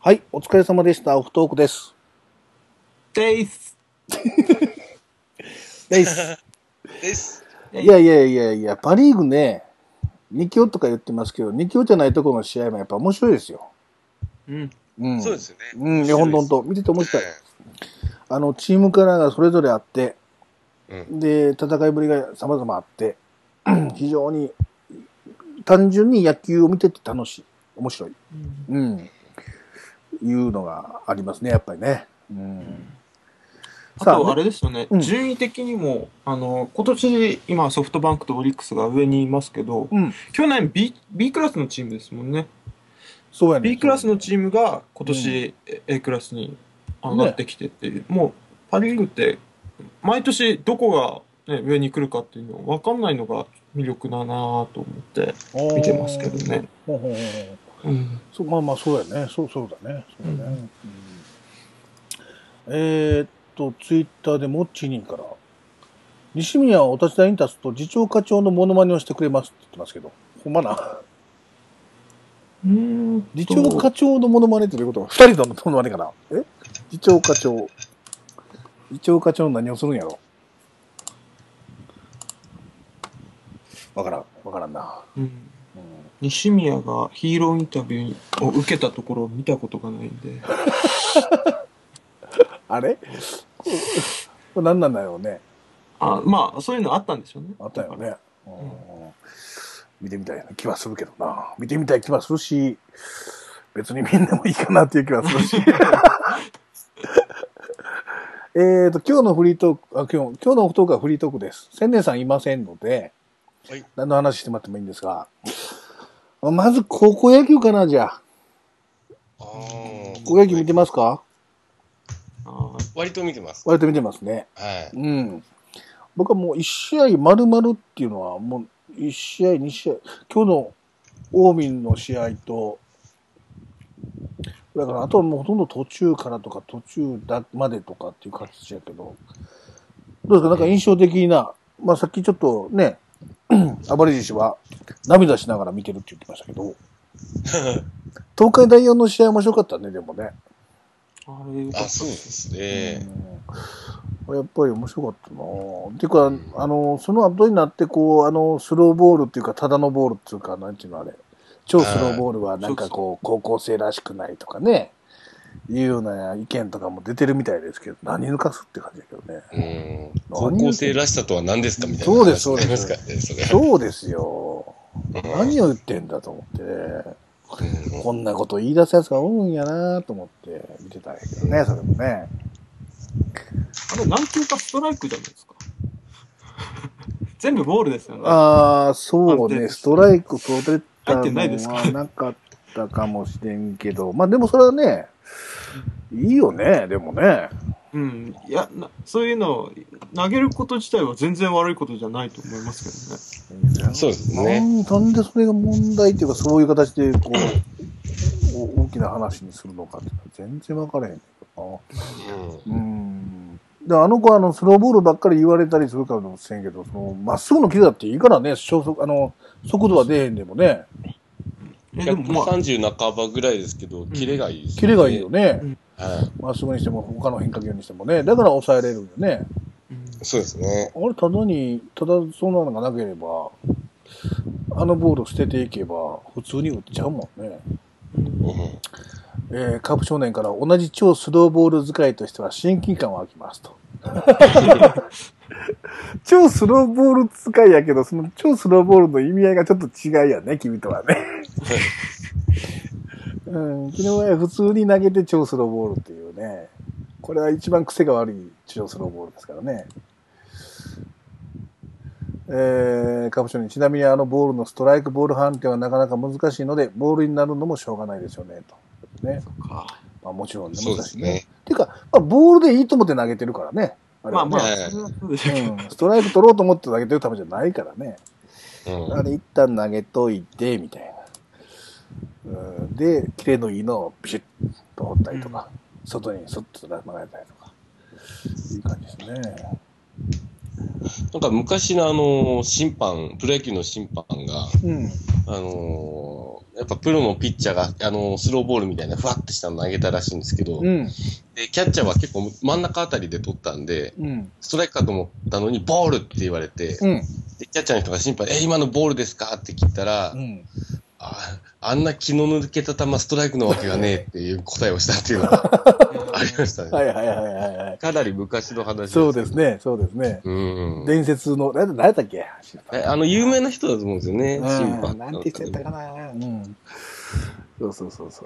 はい、お疲れ様でした。オフトークです。デイスです。です。いやいやいやいや、パリーグね、2強とか言ってますけど、2強じゃないところの試合もやっぱ面白いですよ。うん。うん。そうですよね。うん、いや、本当本当見てて面白い。あの、チームカラーがそれぞれあって、うんで、戦いぶりが様々あって、 非常に、単純に野球を見てて楽しい。面白い。うん。いうのがありますね、やっぱりね。うん。あさあと、あれですよねうん、順位的にも、あの、今年、今、ソフトバンクとオリックスが上にいますけど、うん。去年 B、B クラスのチームですもんね。そうやね。 B クラスのチームが今年 A クラスに上がってきてっていう、もう、パ・リーグって、毎年どこが、ね、上に来るかっていうの分かんないのが魅力だなぁと思って見てますけどね。ほうほうほうほううん。そうまあまあそうやねそうそうだねそうだね、うんえーっとツイッターでモッチーニンから「西宮はお立ち台に立つと次長課長のモノマネをしてくれます」って言ってますけどほん まなうん次長課長のモノマネってどういうこと二人のモノマネかなえ次長課長次長課長何をするんやろわからんわからんな、うんうん西宮がヒーローインタビューを受けたところを見たことがないんで。あれこれこれ何なんだろうねあまあ、そういうのあったんでしょうね。あったよね。うん見てみたいな気はするけどな。見てみたい気はするし、別にみんなもいいかなっていう気はする し。えっと、今日のフリートーク、あ、今日、今日のオフトークはフリートークです。千年さんいませんので、はい何の話してもらってもいいんですが、まず高校野球かな、じゃあ。あー高校野球見てますかあ割と見てます。割と見てますね。はうん。僕はもう一試合丸々っていうのは、もう一試合、二試合、今日の近江の試合と、だからあとはもうほとんど途中からとか途中だまでとかっていう形やけど、どうですかなんか印象的な、まあさっきちょっとね、 暴れ獅子は涙しながら見てるって言ってましたけど、東海第4の試合面白かったね、でもね。ああれよい。かったあ、ですそうですね。うんやっぱり面白かったなぁっていうか、あの、その後になって、こう、あの、スローボールっていうか、ただのボールっていうか、なんていうのあれ、超スローボールはなんかこう、高校生らしくないとかね、いうような意見とかも出てるみたいですけど、何抜かすって感じだけどね。うん。高校生らしさとは何ですかみたいな。そうです話になりまそうすからね、それ。そうですよ。うん何を言ってんだと思ってね、うんこんなこと言い出すやつがおるんやなぁと思って見てたんやけどね、それもね。あれ、何球かストライクじゃないですか。 全部ボールですよね。ああ、そう安定ね、ですストライク取れた入ってないですのはかなかったかもしれんけど、まあでもそれはね、いいよね、でもね。うん。いやな、そういうのを投げること自体は全然悪いことじゃないと思いますそうですなね。んなんでそれが問題っていうか、そういう形で、こう、お大きな話にするのかっていうのは全然わからへんけどな。うん。で、あの子はあの、スローボールばっかり言われたりするかもしれんけど、その、まっすぐのキレだっていいからね、初速、あの、速度は出えへんでもね、けどね。え、でもまあ、 130半ばぐらいですけど、キレがいいですね。キレがいいよね。はまっすぐにしても、他の変化球にしてもね、だから抑えれるんよね。うんい。そうですね。あれ、ただに、ただそんなのがなければ、あのボールを捨てていけば、普通に打っちゃうもんね。うんえー、カープ少年から同じ超スローボール使いとしては親近感を湧きますと。 超スローボール使いやけど、その超スローボールの意味合いがちょっと違いやね、君とはね。うん、昨日は普通に投げて超スローボールっていうね。これは一番癖が悪い超スローボールですからね。えー、カプションにちなみにあのボールのストライクボール判定はなかなか難しいので、ボールになるのもしょうがないですよね、と。ね。かまあもちろんね、そうで難しすいね。ね。っていうか、まあ、ボールでいいと思って投げてるからね。あれまあはねまあ、ねそれはそうでしょうけどうん。 ストライク取ろうと思って投げてるためじゃないからね。うんあれ一旦投げといて、みたいな。うん、で、キレのいいのをビシッと放ったりとか、外にそっと投げたりとか。いい感じですね。なんか昔のあの、審判、プロ野球の審判が、うん。あのーやっぱプロのピッチャーが、あの、スローボールみたいな、ふわってしたの投げたらしいんですけど、うん。で、キャッチャーは結構真ん中あたりで取ったんで、うん。ストライクかと思ったのに、ボールって言われて、うん。で、キャッチャーの人が心配、え、今のボールですかって聞いたら、うん。ああんな気の抜けた球、ストライクのわけがねえっていう答えをしたっていうのが ありましたね。はいはいはいはいはい。かなり昔の話そうです。ね、そうですね。うん。伝説の、なんだ誰だっけえあの、有名な人だと思うんですよね、審う判。んなんて人やったかな。うん。そうそうそうそ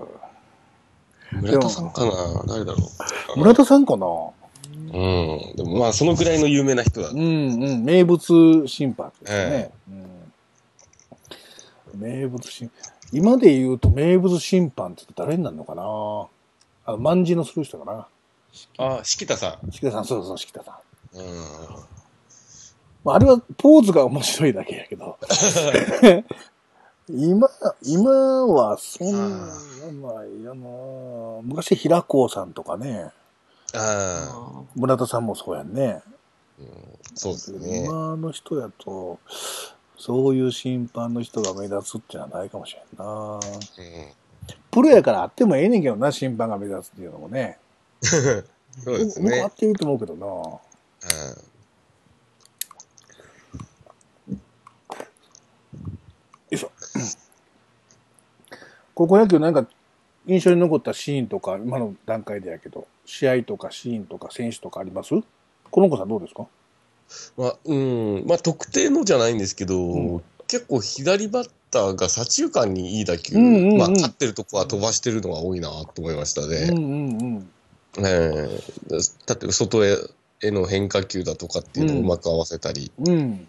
う。村田さんかな誰だろ村田さんかなう。うん。でもまあ、そのぐらいの有名な人だ。うんうん。名物審判ですねえ。うん、名物審今で言うと名物審判って誰になるのかなあの、万字のする人かな。あ、敷田さ敷田さん、そうそう、敷田さん。ん。うん。まあ、あれはポーズが面白いだけやけ ど。今、今はそんな、まあ、いやなあ昔、平子さんとかね、ああ、あ村田さんもそうやんね。そうですね。今の人やと、そういう審判の人が目立つっていうのはないかもしれんな。うんプロやからあってもええねんけどな、審判が目立つっていうのもね。そうです僕ね合。ってると思うけどな。高校野球なんか印象に残ったシーンとか、今の段階でやけど、試合とかシーンとか選手とかありますこの子さんどうですかまあ、うん。まあ、特定のじゃないんですけど、うん結構左バッターが左中間にいい打球、うんうんうんまあ、立ってるとこは飛ばしてるのが多いなと思いましたうんね。うんうん。ええだって、外へ、への変化球だとかっていうのをうまく合わせたり、うん。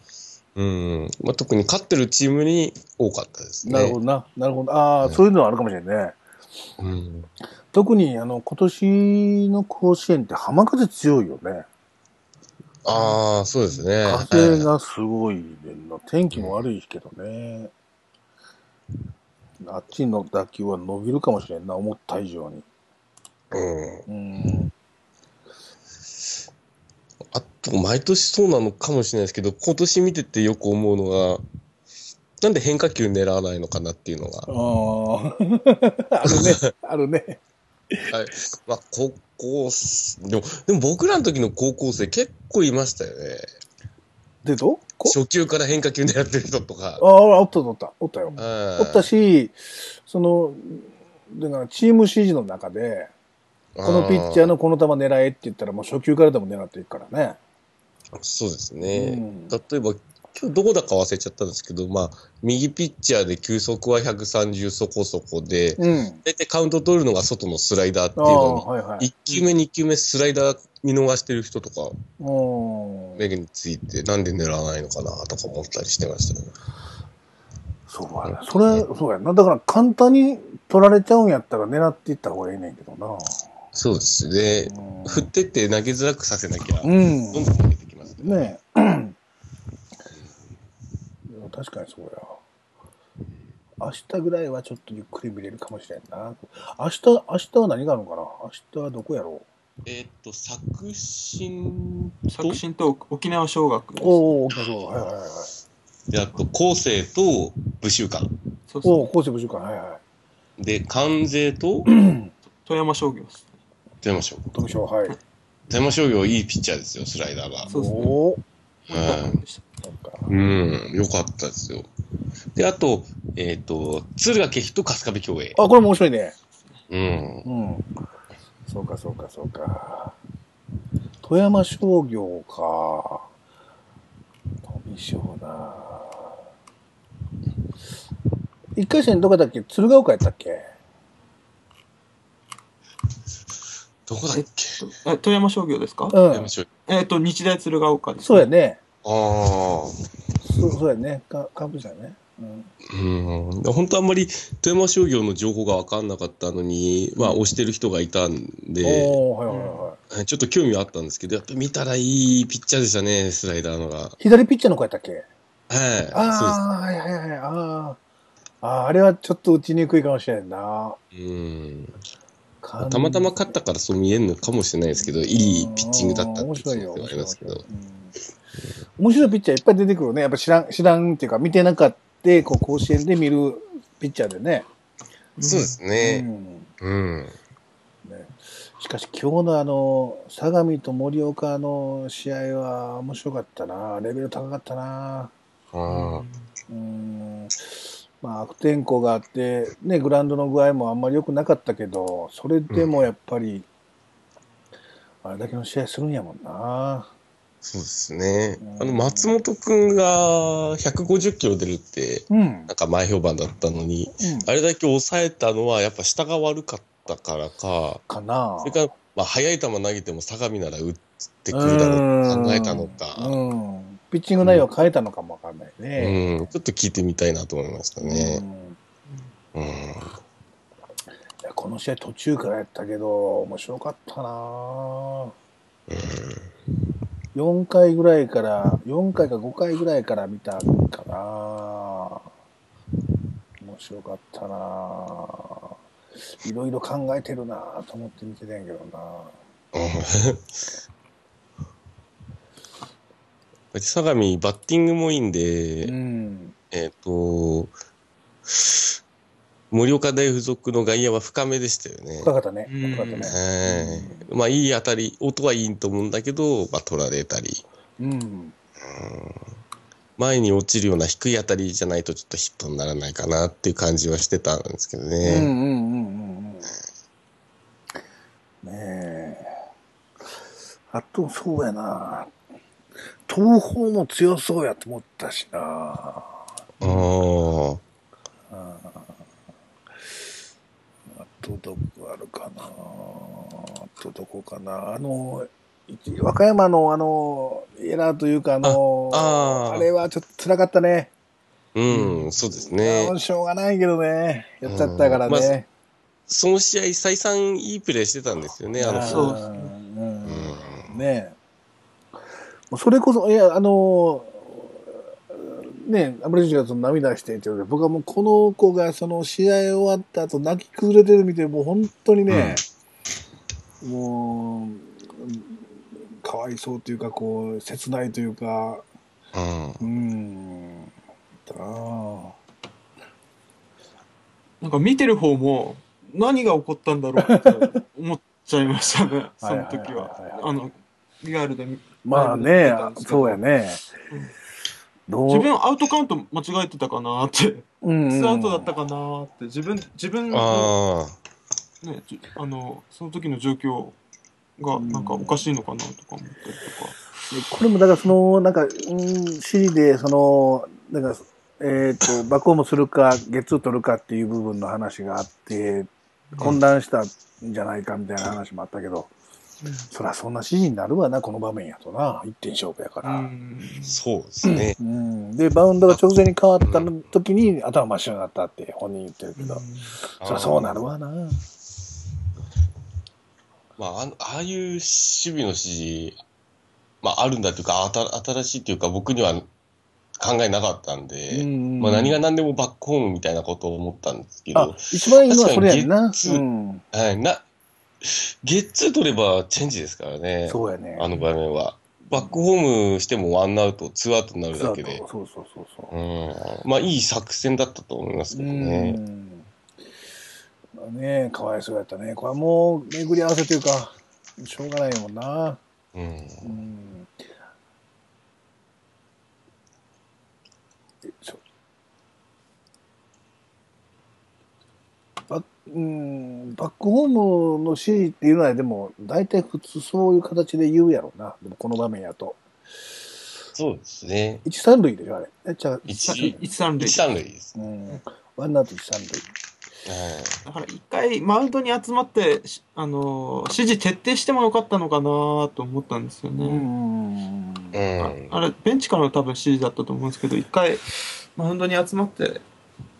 うん。まあ、特に勝ってるチームに多かったですね。なるほどな。なるほど。ああ、そういうのはあるかもしれないね。うん。特に、あの、今年の甲子園って浜風強いよね。ああ、そうですね。風がすごいねんな。天気も悪いけどね。あっちの打球は伸びるかもしれんな、思った以上に。うん。うん。あと、毎年そうなのかもしれないですけど、今年見ててよく思うのが、なんで変化球狙わないのかなっていうのがあ、 あ、あるね。あるね。まあ、高校す、でも、でも僕らの時の高校生結構いましたよね。で、どこ初球から変化球狙ってる人とか。ああ、おったおった、おったよ。おおった、し、その、だからチーム指示の中で、ここのピッチャー。のこの球狙えって言ったら、もう初球からでも狙っていくからね。そうですね。うん例えば、今日どこだか忘れちゃったんですけど、まあ、右ピッチャーで球速は130そこそこで、うん。大体カウント取るのが外のスライダーってあいうのあ、にはいはい。一球目、二球目、スライダー見逃してる人とか、うん。目について、なんで狙わないのかなとか思ったりしてましたね。そうやね。それ、そうやな。だから簡単に取られちゃうんやったら狙っていった方がええねんけどな。そうですね。振ってって投げづらくさせなきゃ、うどんん。どん投げてきますね。ね え。でも確かにそうや。明日ぐらいはちょっとゆっくり見れるかもしれんな。明日、明日は何があるのかな明日はどこやろえーっと、作新ー作新と沖縄小学ですうおお、沖縄そう。はいはいはい。で、あと、後世と武習館。そうおそお、う高知部長官。はいはい。で、関税と、富山商業です富山商業。富翔、はい。富山商業いいピッチャーですよ、スライダーが。そうですねおお、ね森田君でしたなんか。うん、よかったですよ。で、あと、えーっと、敦賀気比と春日部共栄。あ、これも面白いね。うん。うん。そうか、そうか、そうか。富山商業か。富商な。一回戦どこだっけ鶴岡やったっけどこだっけえ富山商業ですか、う富ん山。商業。えっ、と日大鶴ヶ丘ですそうやね。ああ。そうそうやね。か、かぶじゃね。うん。うん本当あんまり富山商業の情報が分かんなかったのに、まあ、推してる人がいたんで、おおはいはいはい。ちょっと興味はあったんですけど、やっぱ見たらいいピッチャーでしたね、スライダーのが。はい、左ピッチャーの子やったっけそああ、はいはいはい。ああ。あーあれはちょっと打ちにくいかもしれんな。うです。うん。たまたま勝ったからそう見えるのかもしれないですけど、いいピッチングだったって面白いいうよ。のがありますけど。うん面白いピッチャーいっぱい出てくるね。やっぱ知らん、知らんっていうか、見てなかった、こう、甲子園で見るピッチャーでね。そうですうね。んうん。ねしかし今日のあの、相模と盛岡の試合は面白かったな。レベル高かったな。あうーんまあ、悪天候があって、ね、グラウンドの具合もあんまり良くなかったけど、それでもやっぱり、あれだけの試合するんやもんな。そうですねう。んあの、松本くんが150キロ出るって、うんな。んか前評判だったのに、あれだけ抑えたのはやっぱ下が悪かったからか、かなそれから、まあ、速い球投げても相模なら打ってくるだろうと考えたのか、うん。うんピッチング内容を変えたのかもわかんないね。うん、ちょっと聞いてみたいなと思いましたうね。んうん。いやこの試合途中からやったけど、面白かったな4回ぐらいから、4回か5回ぐらいから見たかな面白かったないろいろ考えてるなと思って見てたんやけどなうん相模、バッティングもいいんで、うん。えっ、と、盛岡大附属の外野は深めでしたよね。深かったね。うん深かったね。はい。まあ、いい当たり、音はいいと思うんだけど、まあ、取られたり、うん。前に落ちるような低い当たりじゃないと、ちょっとヒットにならないかなっていう感じはしてたんですけどうんうんね。うんうんうん。ねえ。あと、そうやな東方も強そうやと思ったしなあーあとどこあるかなあとどこかなあの、い和歌山のあの、エラーというかあの、ああーあれはちょっと辛かったね。うん、そうですねも。うしょうがないけどね。やっちゃったからうんまね。その試合、再三いいプレーしてたんですよね、あのあー人。そううですねうんんねえ。それこそ、いや、あの、ねえ、アブレジがその涙してって言うけど僕はもうこの子がその試合終わった後泣き崩れてるみたいで、もう本当にね、もう、かわいそうというか、こう、切ないというか、うんうん、だなあなんか見てる方も何が起こったんだろう って思っちゃいましたね、その時はいはいはいはは。いあの、リアルで見。まあねライブで見てたんで、すけどそうやね。ど自分アウトカウント間違えてたかなって、うんうんツーアウトだったかなって、自分、自分の、ああ。ね、じあの、その時の状況がなんかおかしいのかなとか思ったりとか。でこれもだからその、なんか、うん、シリで、その、なんか、えっ、と、バコもするか、月を取るかっていう部分の話があって、混乱したんじゃないかみたいな話もあったけど、うんそりゃそんな指示になるわな、この場面やとな、一点勝負やかうら。んそうですね。うん、で、バウンドが直前に変わった時に頭真っ白になったって本人言ってるけど、そりゃそうなるわな。まあ、あのああいう守備の指示、まあ、あるんだというか、あた新しいというか、僕には考えなかったんで、まあ、何がな何でもバックホームみたいなことを思ったんですけあど、、一番いいのはそれやんな。確うかにん。はい、な、ゲッツー取ればチェンジですからね、そうやね。あの場面は。バックホームしてもワンアウト、ツーアウトになるだけでそう。そうそうそうそう。うん、まあ、いい作戦だったと思いますけどね。うん。ねえ、かわいそうやったね。これはもう巡り合わせというか、しょうがないもんな。うんうん。でしょバうん、バックホームの指示っていうのは、でも、大体普通そういう形で言うやろうな。でも、この場面やと。そうですね。一三塁でしょ、あれ。え、違う。一さい一三一塁。三塁です。うん。ワンアウト一三塁。はいだから一回マウンドに集まって、しあのー指示徹底してもよかったのかなと思ったんですようね。ん。うんああれ、ベンチからの多分指示だったと思うんですけど、一回マウンドに集まって、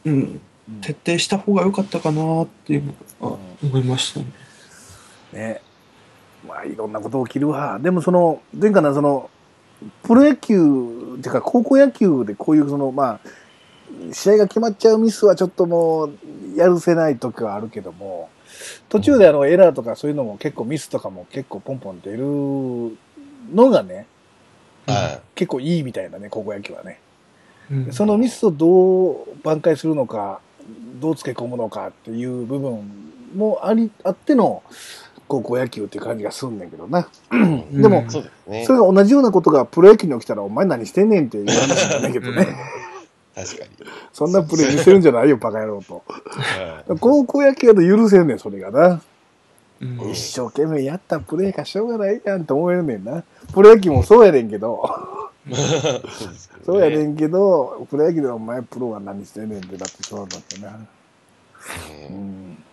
うん、徹底した方が良かったかなっていうのは思いましたね。ね。まあ、いろんなこと起きるわ。でも、その、前回のその、プロ野球、てか、高校野球でこういう、その、まあ、試合が決まっちゃうミスはちょっともう、やるせない時はあるけども、途中であの、エラーとかそういうのも結構ミスとかも結構ポンポン出るのがね、は結構いいみたいなね、高校野球はね。うんそのミスをどう挽回するのか、どうつけ込むのかっていう部分もあり、あっての高校野球っていう感じがするんだけどな。でも、そうですねそ。れが同じようなことがプロ野球に起きたら、お前何してんねんっていう話なんだけどね。確かに。 そんなプレー見せるんじゃないよ、バカ野郎と。は高校野球だと許せんねん、それがな。うん一生懸命やったプレーがしょうがないやんって思えるねんな。プロ野球もそうやねんけど、いそうですよねそうやねんけど、プロ野球でお前プロは何してんねんってだってそうだってな。ううんん。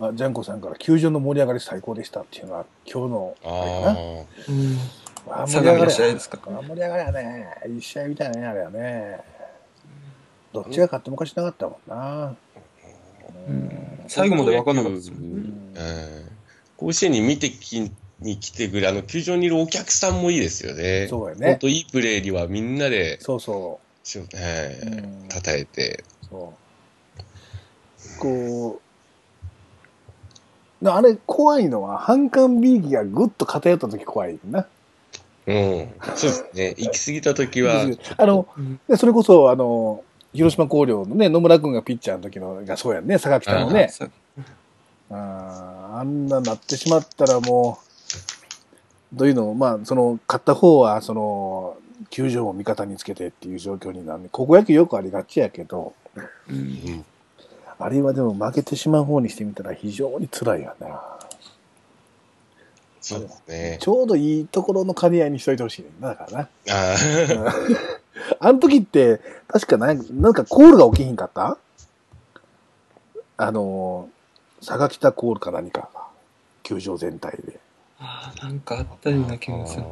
あ、ジャンコさんから球場の盛り上がり最高でしたっていうのは今日のあれかな。あうんあ盛り相上模がのり試合やですか。あ盛り上がりやね。一試合みたいなね、あれはね。どっちが勝ってもおかしなかったもんな。うん最後まで分かんなかったですもんうね。んあ。うん甲子園に見てきに来てくれ、あの、球場にいるお客さんもいいですよね。そうや本ね。当いいプレーにはみんなで、そうそう。しょはいうん称えて。そう。こう、なあれ怖いのは、反感 B 期がぐっと偏った時怖いな。うん。そうですね。行き過ぎた時は、あの、うんでそれこそ、あの、広島広陵のね、野村君がピッチャーの時のがそうやんね、坂北のね。さああんななってしまったらもう、どういうのまあ、その、勝った方は、その、球場を味方につけてっていう状況になる。高校野球よくありがちやけど、うんうんあれはでも負けてしまう方にしてみたら非常に辛いよな、そうですね。ちょうどいいところの兼ね合いにしといてほしいねんな、だからな。ああ、あの時って、確かなんなんかコールが起きひんかったあのー、佐賀北コールか何かが、球場全体で。あーなんかあったような気がする。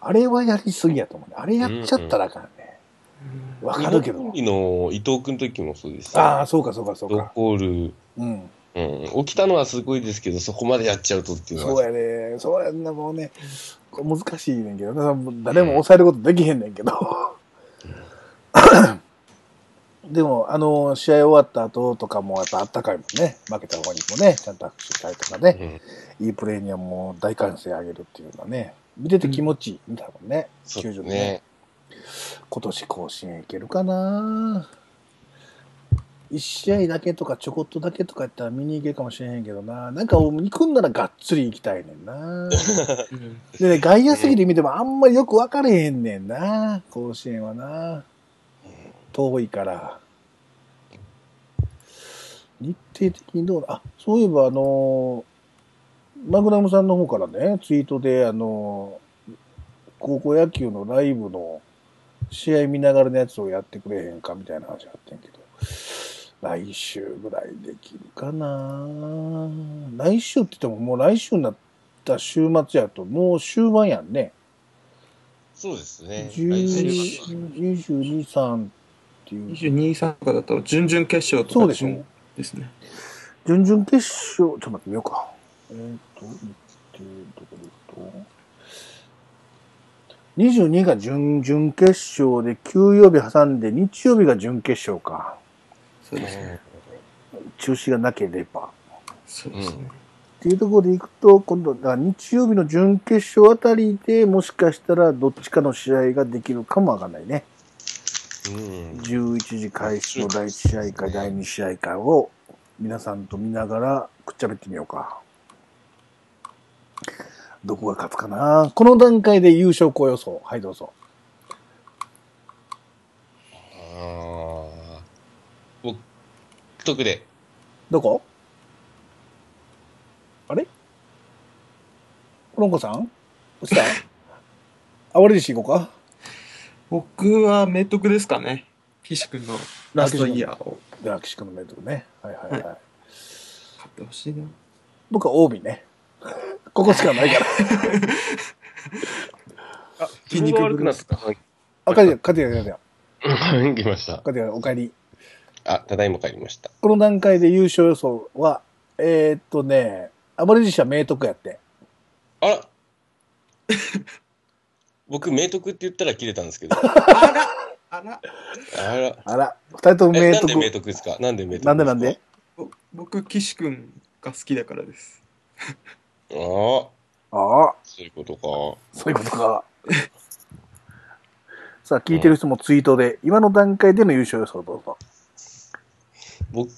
あれはやりすぎやと思うね。あれやっちゃったらあかんね。うんわ、日かる本けどコ。ンビの伊藤君の時もそうですああ、そうかそうかそうドッか。コール、うん。うん。起きたのはすごいですけど、そこまでやっちゃうとっていうのそうは、やね。そうやんな、もうね。これ難しいねんけどな。誰も抑えることできへんねんけど。 でも、あの、試合終わった後とかも、やっぱあったかいもんね。負けた方にもね、ちゃんと握手したりとかね。うんいいプレーにはもう大歓声あげるっていうのはね。見てて気持ちいいんだもんね。そう球で場すでねね。今年甲子園いけるかな一試合だけとかちょこっとだけとかやったら見に行けるかもしれへんけどななんか行くんならがっつり行きたいねんなうんでね外野席で見てもあんまりよく分かれへんねんな甲子園はな遠いから日程的にどうなあそういえばあのマグナムさんの方からねツイートであの高校野球のライブの試合見ながらのやつをやってくれへんかみたいな話があってんけど来週ぐらいできるかな来週って言ってももう来週になった週末やともう終盤やんねそうですね。来週は2223っていう22、3とかだったら準々決勝とかそうでしょですね。準々決勝、ちょっと待ってみようか。えっ、と、っていうところと、22が準々決勝で、休養日挟んで、日曜日が準決勝か。そうですね。中止がなければ。そうですね。っていうところでいくと、今度、あ日曜日の準決勝あたりでもしかしたらどっちかの試合ができるかもわかんないね。うん。 11時開始の第1試合か第2試合かを皆さんと見ながらくっちゃべってみようか。どこが勝つかなこの段階で優勝校予想。はい、どうぞ。ああ。僕、特で。どこあれコロンコさんどう したあ、俺自身行こうか。僕は明徳ですかね。岸君のラストイヤーをでは、岸君のメントね。はいはいはい。買ってほしいな。僕は帯ね。ここしかない から。筋肉悪ブルくなーっスた。 はい。あ、帰ってきた、帰ってきた、うん来ました。帰ってきた、お帰り。あ、ただいま帰りました。この段階で優勝予想は、えー、っとね、あまり自身は明徳やって。あら 僕、明徳って言ったら切れたんですけど。あらあらあら。あら、二人ともえ明なん徳。で明徳ですかなんで明徳なんでなんでぼ僕、岸君が好きだからです。ああ、ああ、そういうことか。そういうことか。 さあ、聞いてる人もツイートで、今の段階での優勝予想どうぞ。僕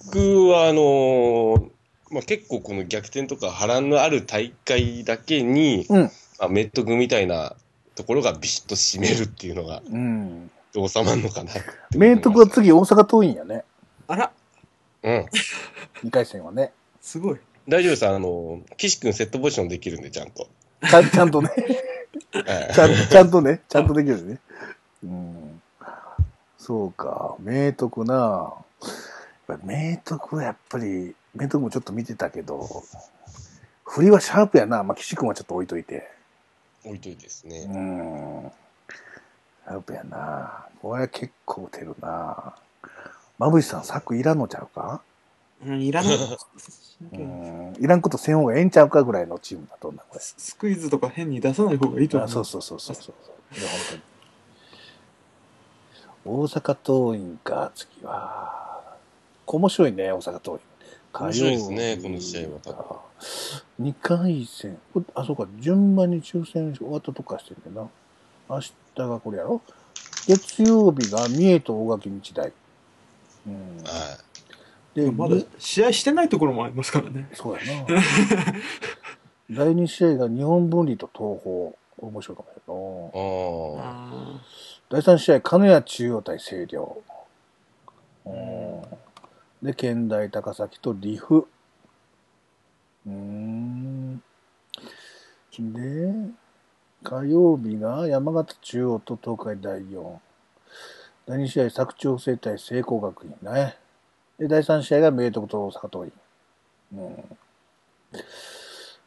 はあのーまあ、結構この逆転とか波乱のある大会だけに、うんまあ、メット君みたいなところがビシッと締めるっていうのがうん。どう収まるのかなって 思い明ます徳は次大阪桐蔭やね。あら、うん。 2回戦はね。すごい。大丈夫です。あのー、岸君セットポジションできるんで、ちゃんと。ちゃんちゃんとね。はいちゃんちゃんとね、ちゃんとできるね。うん。そうか、明徳なやっぱり明徳はやっぱり、明徳もちょっと見てたけど、振りはシャープやな。まあ、岸君はちょっと置いといて。置いといてですうね。ん。シャープやなこれ結構打てるなまぶしさん、策いらんのちゃうかうん、いら ない。うん。いらんことせん方がええんちゃうかぐらいのチームだと思うな、これ。ススクイズとか変に出さない方がいいと思あそうそうそうそうそうそういや本当に大阪桐蔭か次は面白いね大阪桐蔭面白いですねこの試合は多分は2回戦こあそうか順番に抽選終わったとかしてんだよな明日がこれやろ月曜日が三重と大垣日大うんは。でまだ試合してないところもありますからね。そうやな 第2試合が日本文理と東邦これ面白いかもしれんないああ。ああ第3試合、金谷中央対星稜。うんで、県大高崎と岐阜。うーん。で、火曜日が山形中央と東海第4。第2試合、佐久長聖対聖光学院ね。で、第3試合が明徳と大阪桐蔭。うん。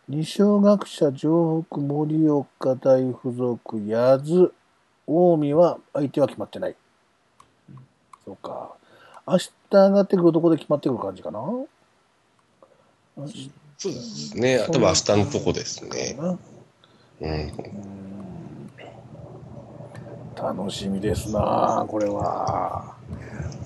二松学舎、城北、盛岡大附属、八津。近江は相手は決まってない。そうか。明日上がってくるとこで決まってくる感じかな。明日そうですね。多分明日のとこですね。かな。うん。楽しみですな、これは。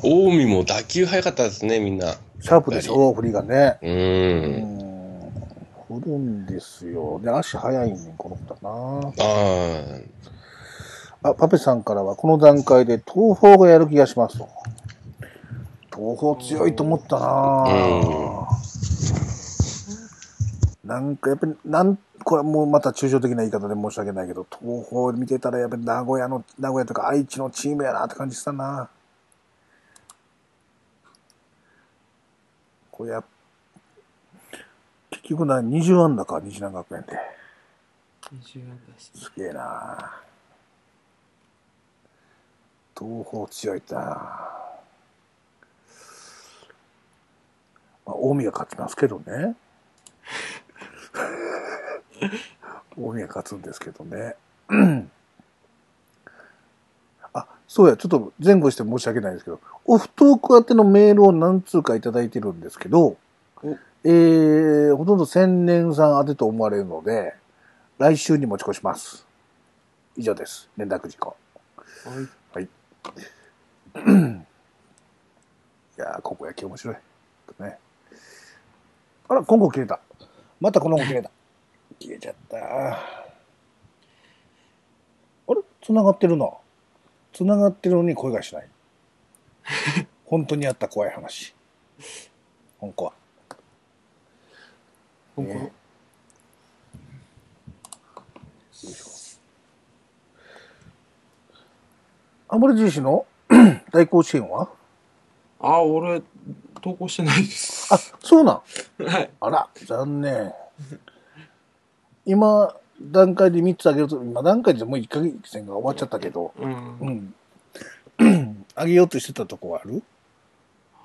近江も打球早かったですね、みんな。シャープでしょ、振りがね。ううーん。ん。振るんですよ。で、足早いねん、この子だああ。な。あ、パペさんからは、この段階で東方がやる気がしますと。東方強いと思ったななんかやっぱり、なん、これはもうまた抽象的な言い方で申し訳ないけど、東方見てたらやっぱり名古屋の、名古屋とか愛知のチームやなって感じしたな。これや、結局な、20安打か、日南学園で。 20安打ですすげえな。東方強いな。まあ、近江が勝ちますけどね。近江が勝つんですけどね。あ、そうや、ちょっと前後して申し訳ないですけど、オフトーク宛てのメールを何通かいただいてるんですけどお、えー、ほとんど千年さん宛てと思われるので、来週に持ち越します。以上です。連絡事項。はい。いやー、高校野球面白い。ね。あら、今後切れた。またこの子切れた。 消えちゃった。あれ繋がってるな。繋がってるのに声がしない。 本当にあった怖い話。本当は。本当ねよいしょあまり自身の 大甲子園はああ、俺、投稿してないです。あ、そうなん。はい。あら、残念。今、段階で3つあげると、今段階でもう1ヶ月戦が終わっちゃったけど、うんう。ん。 あげようとしてたとこはある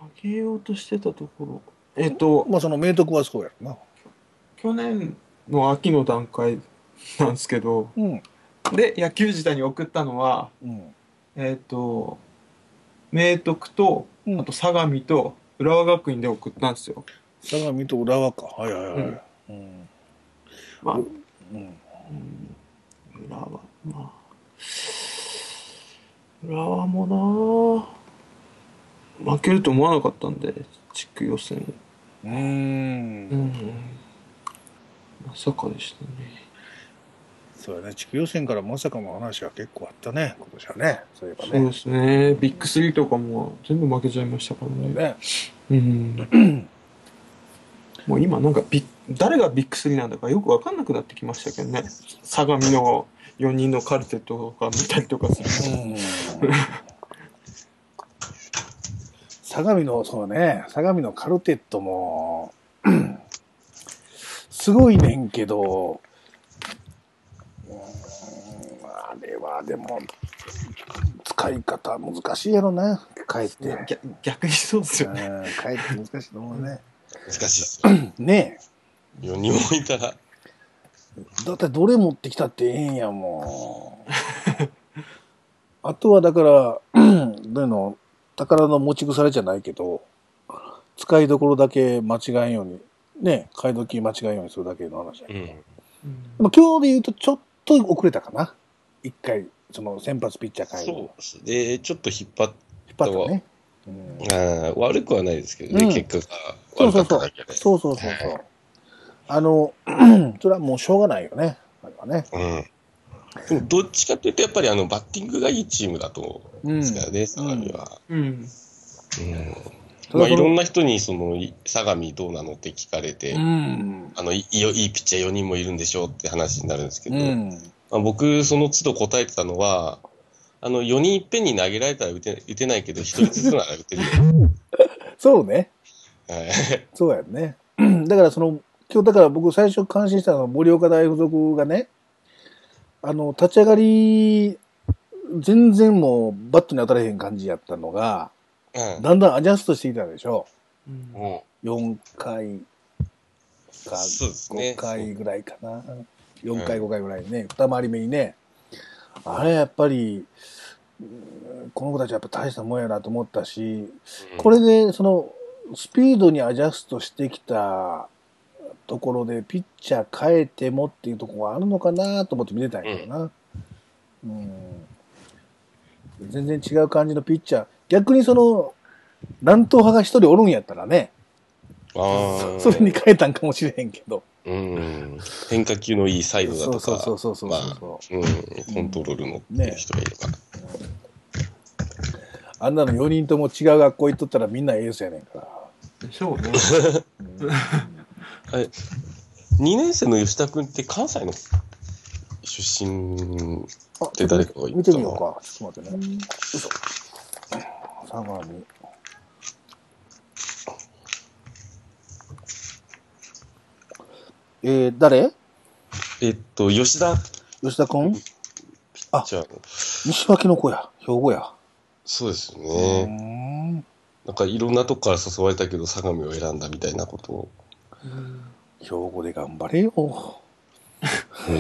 あげようとしてたところ。えっと、まあ、その明徳はそうやろな。去年の秋の段階なんですけど、うん。で、野球自体に送ったのは、うん。えっと、明徳と、うんあと相模と浦和学院で送ったんですよ。相模と浦和か。はいはいはい。うん。まあ、ううん。ん浦和、まあ、浦和もなあ負けると思わなかったんで、地区予選。うー。うんん。まさかでしたね。そうやね。地区予選からまさかの話が結構あったね、今年はね。そういえばそうね。ですね。ビッグスリーとかも全部負けちゃいましたからね。ねうん。もう今なんかビッ誰がビッグスリーなんだかよくわかんなくなってきましたけどね。相模の4人のカルテットとか見たりとかする。うん。相模の、そうね、相模のカルテットも、すごいねんけど、うーんあれはでも、使い方難しいやろな、帰っいて。うやん逆逆にそうですよね。帰って難しいと思うね。難しいですよ。ね4人もいたら、え。だってどれ持ってきたってええんやもん。 あとはだから、 どういうの、宝の持ち腐れじゃないけど、使いどころだけ間違えんように、ね、買い時間違えんようにするだけの話だけうど。うん。んまあ、今日で言うとちょっと遅れたかな。一回、その先発ピッチャー会をそうですね。ちょっと引っ張っ引っ張ったね。うんあー悪くはないですけどね、うん結果がそう悪そうそかったうだけで。。そうそうそうそう。あの、 それはもうしょうがないよね。あれはね。うん。でもどっちかっていうと、やっぱりあのバッティングがいいチームだと思ううんん。ですからね、相模は。うん。うんまあ、いろんな人に、その、い相模どうなのって聞かれて、うん。あのいいよいいピッチャー4人もいるんでしょうって話になるんですけうど、ん。まあ、僕、その都度答えてたのは、あの4人いっぺんに投げられたら打て打てないけど、1人ずつなら打て るよ。そうね。はいそうやね。 だからその、今日だから僕最初感心したのは盛岡大付属がね、あの、立ち上がり、全然もうバットに当たれへん感じやったのが、うんだんだんアジャストしていたでしょ。うんうん4回かそうですね5回ぐらいかな、4回5回ぐらいね、二回り目にねあれやっぱりうんこの子たちはやっぱ大したもんやなと思ったしこれでそのスピードにアジャストしてきたところでピッチャー変えてもっていうところがあるのかなと思って見てたんやけどな、うん、全然違う感じのピッチャー逆にその乱闘派が一人おるんやったらね、あーそれに変えたんかもしれへんけど。うん、変化球のいいサイドだとそか、うそうそうそうそうそまあうん、コントロールのっていう人がいるかう。ら、あんなの4人とも違う学校行っとったらみんなエースやねんから。でしょ うね。 2年生の吉田君って関西の出身あで誰かがいた見てみようか。ちょっと待ってね。よいしょ。相模。えー、誰えっと、吉田吉田君じゃあ西脇の子や。兵庫や。そうですようね、ーん。なんかいろんなとこから誘われたけど、相模を選んだみたいなことを、兵庫で頑張れよ。お う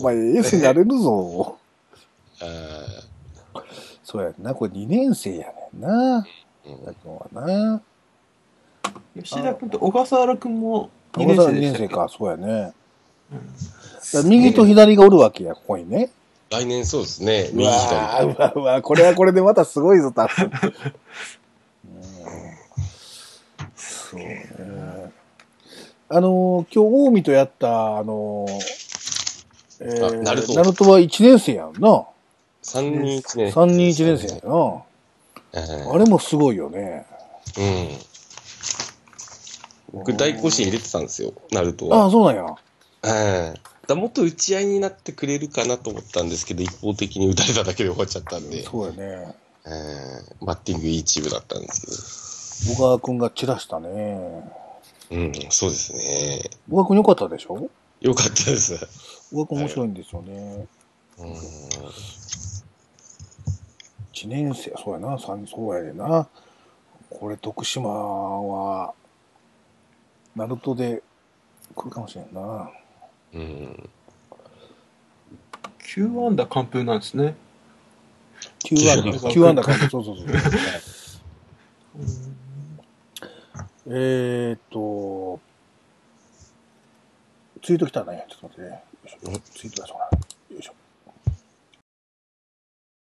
ん前、エースになれるぞ。あー そうやんな。これ2年生やねんな。うんだ君はな。吉田君と小笠原君も小2笠年原2年生生でしたっけか、そうやね。だから右と左がおるわけや、ここにね。来年そうですね、う右わ左。ーうわうわ、これはこれでまたすごいぞ、多 分。うんそうね。あのー、今日、近江とやった、あのー、えあナルトナルトは1年生やんな。 3人1年。 3人1年生やな。うんあれもすごいよね。うん。僕、大甲子園入れてたんですよ、ナルトは。ああ、そうなんや。うんだもっと打ち合いになってくれるかなと思ったんですけど、一方的に打たれただけで終わっちゃったんで、そうやね。うんバッティングいいチームだったんです小川くんが散らしたね。けど、うん、そうですね。小川くん良かったでしょよかったです。小川くん面白いんですよね。うん、 1年生、そうやな、三そうやでな。これ、徳島は、ナルトで来るかもしれんな。うん、 9アンダー完封なんですね。 9アンダー、9アンダーか。そうそうそう。えーっと、ツイート来たね。ちょっと待ってね。よいしょツイート出そうかな。よいしょ。